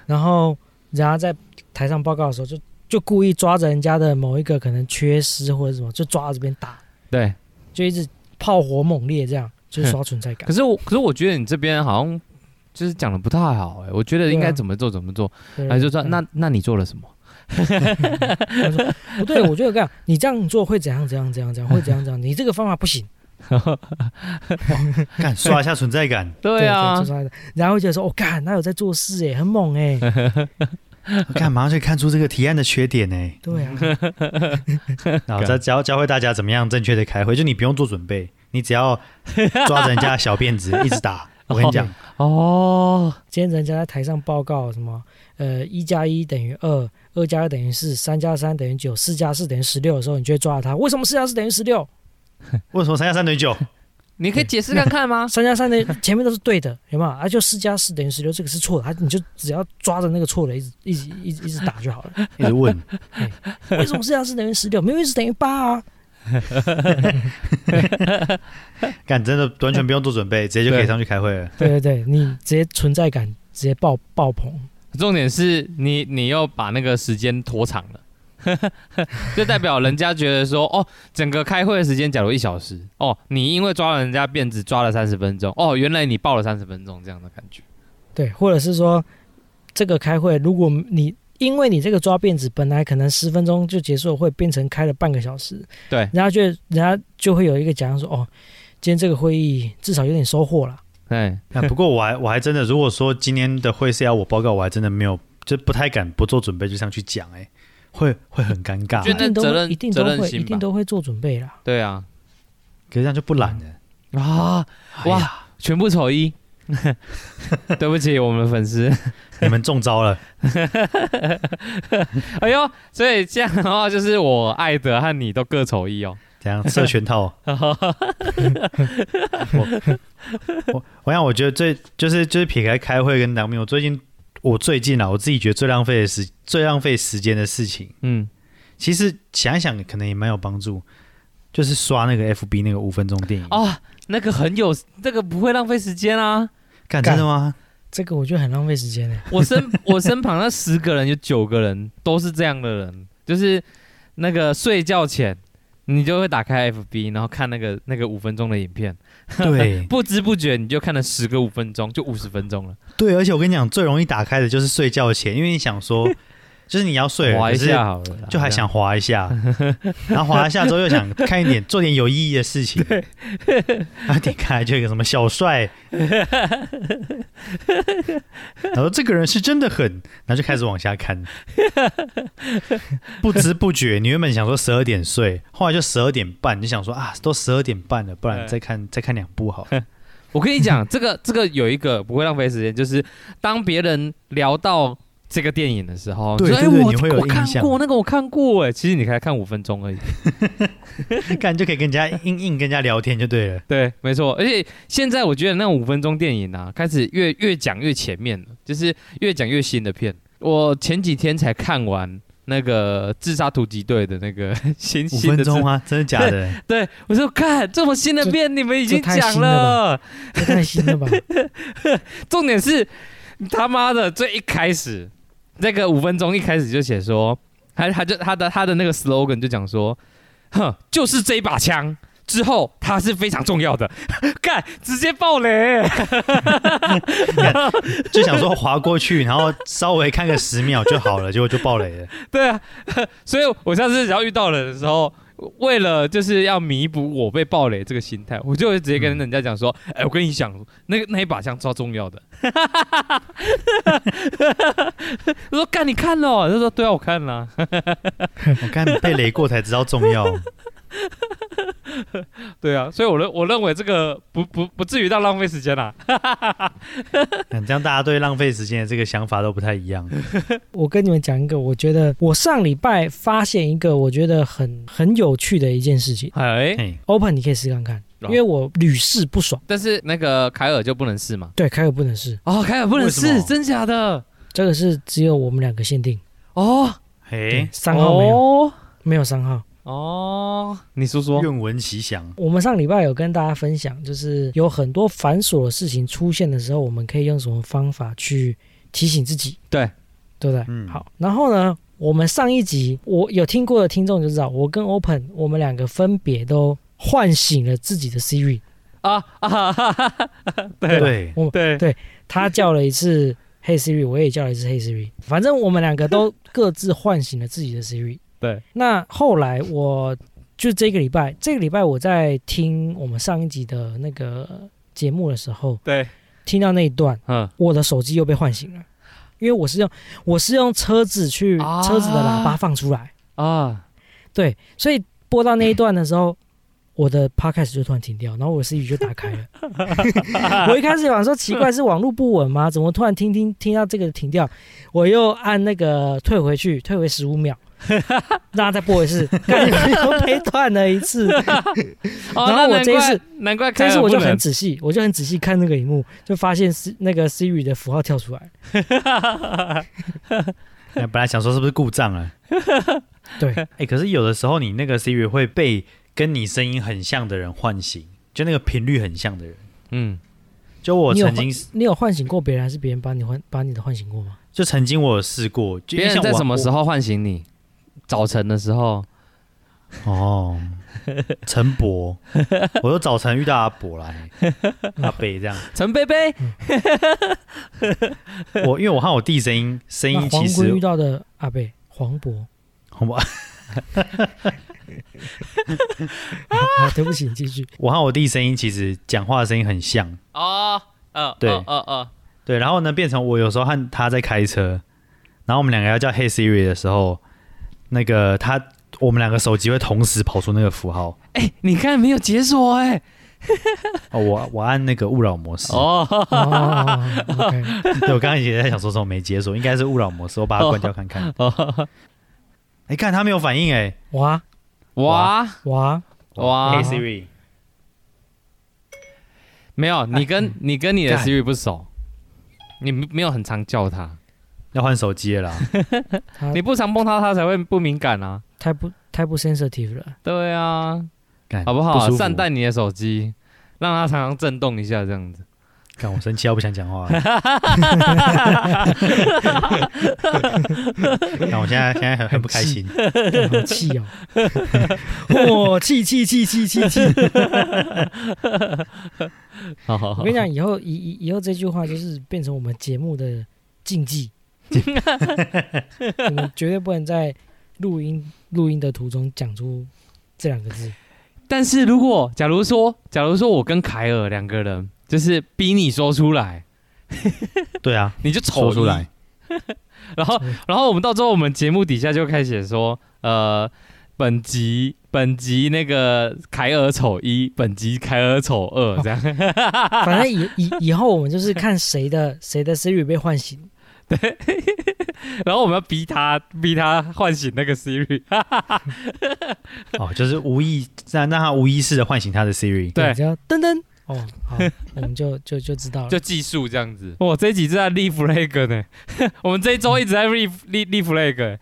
然后然后在台上报告的时候就就故意抓着人家的某一个可能缺失或者什么，就抓到这边打。对，就一直炮火猛烈 这样，就是刷存在感可。是我，可是我觉得你这边好像就是讲的不太好哎、我觉得应对该啊怎么做怎么做。对哎、就说嗯那那你做了什么？不 对，我觉得这样，你这样做会怎样怎样怎样怎样，会怎样怎样，你这个方法不行。看刷一下存在感，对啊就，刷的然后就说，我、哦、干，他有在做事哎，很 猛哎。看马上就看出这个提案的缺点呢。对啊，然后再教教会大家怎么样正确的开会，就你不用做准备，你只要抓着人家的小辫子一直 打。我跟你讲，哦，今天人家在台上报告什么，呃，一加一等于二，二加二等于四，三加三等于九，四加四等于十六的时候，你就会抓到他，为什么四加四等于十六？为什么三加三等于九？你可以解释看看吗？三加三的前面都是对的，有没有？啊，就四加四等于十六，这个是错的，他你就只要抓着那个错的，一直一直一直一直打就好了。一直问， 为什么四加四等于十六？明明是等于八啊！干真的完全不用做准备，直接就可以对上去开会了。 对对对，你直接存在感直接爆爆棚， 重点是你你又把那个时间拖长了。 就代表人家觉得说，哦，整个开会的时间假如一小时，哦，你因为抓了人家辫子抓了三十分钟，哦，原来你报了三十分钟这样的感觉。对，或者是说这个开会，如果你因为你这个抓辫子，本来可能十分钟就结束了，会变成开了半个小时，对，然后就人家就会有一个假象说，哦，今天这个会议至少有点收获了。哎， 啊，不过我还我还真的，如果说今天的会是要我报告，我还真的没有就不太敢不做准备就上去讲，哎，会会很尴尬觉一得欸。定都责会任哦一定都责任会心一吧定都会做准备啦。对啊，可是这样就不懒了。啊，哎哇，呀，全部丑一，对不起，我们的粉 丝。 你们中招了，哎呦，所以这样的话，就是我艾德和你都各丑一 哦。怎样设圈套？我我想，我觉得最就是就是撇开开会跟当兵，我最近我最近啊，我自己觉得最浪费的时最浪费时间的事情，嗯，其实想一想可能也蛮有帮助，就是刷那个 FB 那个五分钟电影。啊、那个很有，那个不会浪费时间啊。干，干真的吗？这个我觉得很浪费时间呢、 我 身我身旁那十个人有九个人都是这样的人，就是那个睡觉前你就会打开 FB，然后看那个那个五分钟的影片，对 不知不觉你就看了十个五分钟，就五十分钟了，对，而且我跟你讲，最容易打开的就是睡觉前，因为你想说， 就是你要睡了，划一可是下好了啦，就还想滑 一下，然后滑一下之后又想看一点做点有意义的事情，然后点开就有一个什么 小帅，然后这个人是真的狠，然后就开始往 下看，不知不觉你原本想说十二点睡，后来就十二点半，你就想说啊都十二点半了，不然再看再看两部好了，我跟你讲，这个这个有一个不会浪费时间，就是当别人聊到这个电影的时候，对你说哎、对对我你会有我看印象过那个，我看过哎，其实你才看五分钟而已。看就可以跟人家硬硬跟人家聊天就对 了，对，没错。而且现在我觉得那五分钟电影啊，开始越越讲越前面了，就是越讲越新的片。我前几天才看完那个《自杀突击队》的那个新五新分的钟自，啊，真的假的？ 对我说看这么新的这片，你们已这经太讲新了了。这太新了吧？重点是你他妈的最一开始那个五分钟一开始就写说，他他就他的他的那个 slogan 就讲说，哼，就是这一把枪。之后它是非常重要的， 干直接爆雷， 就想说划过去，然后稍微看个十秒就好了，结果就爆雷了。对啊， 所以我下次只要遇到人的时候，为了就是要弥补我被爆雷这个心态，我就会直接跟人家讲说，哎、我跟你讲，那个那一把枪超重要的，他说干你看了哦，他说对啊我看了啊、我刚被雷过才知道重要， 对啊，所以我认我认为这个不不不至于到浪费时间啊啦、嗯这样大家对浪费时间的这个想法都不太一样。我跟你们讲一个，我觉得我上礼拜发现一个我觉得很很有趣的一件事情。 哎、嘿， Open 你可以试看看，哦因为我屡试不爽。但是那个凯尔就不能试嘛？对，开口不能试，哦，凯尔不能为什试，么真假的？这个是只有我们两个限定。哦，嘿，三号没有，哦没有三号。哦，你说说，愿闻其详。我们上礼拜有跟大家分享，就是有很多繁琐的事情出现的时候，我们可以用什么方法去提醒自己？对，对不对？嗯好，然后呢，我们上一集我有听过的听众就知道，我跟 Open 我们两个分别都唤醒了自己的 Siri，啊啊 哈哈哈哈，对对，我对 对他叫了一次 Hey Siri，我也叫了一次 Hey Siri，反正我们两个都各自唤醒了自己的 Siri。对，那后来我就这个礼拜，这个礼拜我在听我们上一集的那个节目的时候，对，听到那一段，嗯，我的手机又被唤醒了，因为我是用我是用车子去啊车子的喇叭放出来，啊，对，所以播到那一段的时候。我的 podcast 就突然停掉，然后我的 Siri 就打开了。 我一开始想说奇怪是网络不稳吗？怎么突然听听听到这个停掉？我又按那个退回去，退回十五秒，让它再播一次，感觉又被断了一 次。哦，然后那我难这一怪次难怪凯但是尔我不就能 很，仔细，我就很仔细看那个荧幕，就发现是那个 Siri 的符号跳出来。那本来想说是不是故障了？ 对，哎，可是有的时候你那个 Siri 会被跟你声音很像的人唤醒，就那个频率很像的人。嗯，就我你有曾唤经，你有唤醒过别人，还是别人把你唤把你的唤醒过吗？就曾经我有试过，就因别为人像在我什么时候？候唤醒你？早晨的时候，哦，陈博，我都早晨遇到阿博啦，嘿阿北这样。陈贝贝，我因为我和我弟声音声那音黄其昏遇实到的阿贝黄渤我啊，对不起，你继续。我和我弟声音其实讲话的声音很像，哦，呃，对呃呃，对，然后呢变成我有时候和他在开车，然后我们两个要叫 Hey Siri 的时候，那个他我们两个手机会同时跑出那个符号。哎、你看没有解锁哎、哦，我我按那个勿扰模式。哦， 哦，OK， 对，我刚刚也在想说什么没解锁，应该是勿扰模式，我把它关掉看 看。哎、看他没有反应哎、哇哇哇，哇 Hey，Siri，没有，你跟你跟你的哎干 Siri 不熟，你没没有很常叫他，要换手机了啦。他你不常碰到他才会不敏感啊。太不太不 sensitive 了。对啊，干好不好？舒服善待你的手机，让它常常震动一下，这样子。看我生气，我不想讲话。啊 看我现在现在很很不开心。干好气 哦！哇，气气气气气气！好好好我跟你讲，以后以以以后这句话就是变成我们节目的禁忌， 我们绝对不能在录音录音的途中讲出这两个字。但是如果假如说，假如说我跟凯尔两个人，就是逼你说出来，对啊，你就说丑出一来。然后，然后我们到最后，我们节目底下就开始说，呃，本集本集那个凯尔丑一，本集凯尔丑二，这样。反正以以以后我们就是看谁的谁的 Siri 被唤醒，然后我们要逼他，逼他唤醒那个 Siri。 哦，就是无意让让他无意识的唤醒他的 Siri。 对只要噔噔哦，好，我们就就就知道了。就技术这样子。哇，这一集是在立 flag 呢， 我们这一周一直在立立立 flag，欸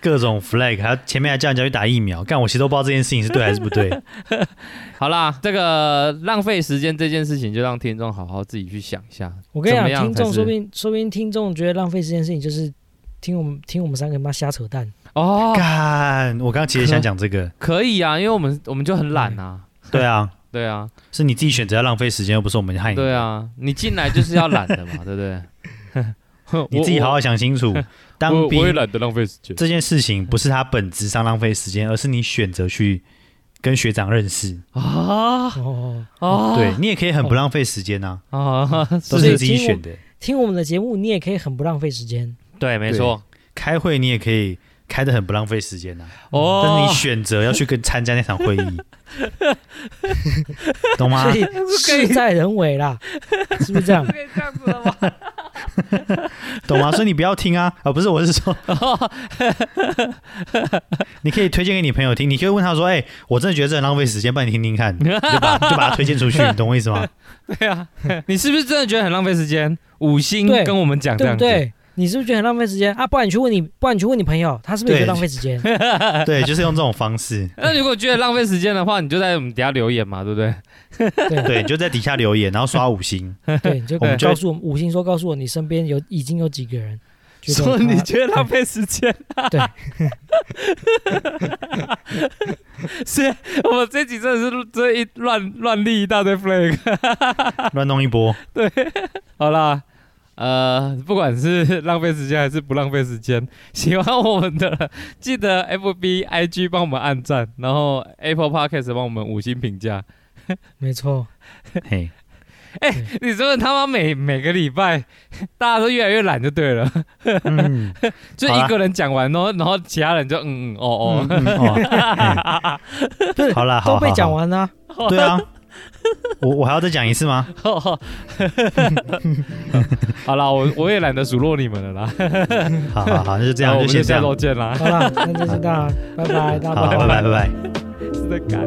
各种 flag，还有前面还叫人家去打疫苗，干我其实都不知道这件事情是对还是不对。好啦，这个浪费时间这件事情，就让听众好好自己去想一下。我跟你怎么讲，样听众才是说不定说不定听众觉得浪费时间的事情就是听我们听我们三个妈瞎扯淡。哦，干，我刚刚其实想讲这个，可以啊，因为我们我们就很懒啊。对啊，对啊，是你自己选择要浪费时间，又不是我们害你。对，啊，你进来就是要懒的嘛，对不对？ 我你自己好我好想 清楚，我当我也兵懒得浪费时间。这件事情不是他本质上浪费时间，而是你选择去跟学长认识。啊哦，啊，对你也可以很不浪费时间啊，啊， 都所是以你自己听我选的。听我们的节目你也可以很不浪费时间。对，没错。开会你也可以开的很不浪费时间啊，但是哦你，选择要去跟参加那场会议， 懂吗 所？ 以事在人为啦，是不是这样？可以这样子了吗？懂吗？所以你不要听啊！啊，不是，我是说，你可以推荐给你朋友听，你可以问他说：“哎、我真的觉得这很浪费时间，帮你听听看。”你就把就把它推荐出去，你懂我意思吗？对啊， 你是不是真的觉得很浪费时间？五星对跟我们讲这对不样子，对？你是不是觉得很浪费时间啊？不然你去问你，不然你去问你朋友，他是不是也觉得对浪费时间？ 对，就是用这种方式。那如果觉得浪费时间的话，你就在我们底下留言嘛，对不对？对，你就在底下留言，然后刷五星。对，你就我们就告诉我们五星说，告诉我你身边有已经有几个人觉得 说他你觉得浪费时间、对， 是我们这集真的是这一乱乱立一大堆 flag。 乱弄一波。好啦，呃，不管是浪费时间还是不浪费时间，喜欢我们的记得 FB、IG 帮我们按赞，然后 Apple Podcast 帮我们五星评价。没错，嘿， 你真的他妈每每个礼拜， 大家都越来越懒就对了， 嗯，就好啦一个人讲完，然哦后然后其他人就嗯嗯哦哦。哦，嗯哦嘿好啦，好 都被好讲好完啦。对啊，我我还要再讲一次吗？ 好啦，我我也懒得数落你们了啦，好好好，那就这那样， 我们就先这下样。周见啦，好啦，那就这样啦，拜拜，大好，家拜拜拜拜。是在赶。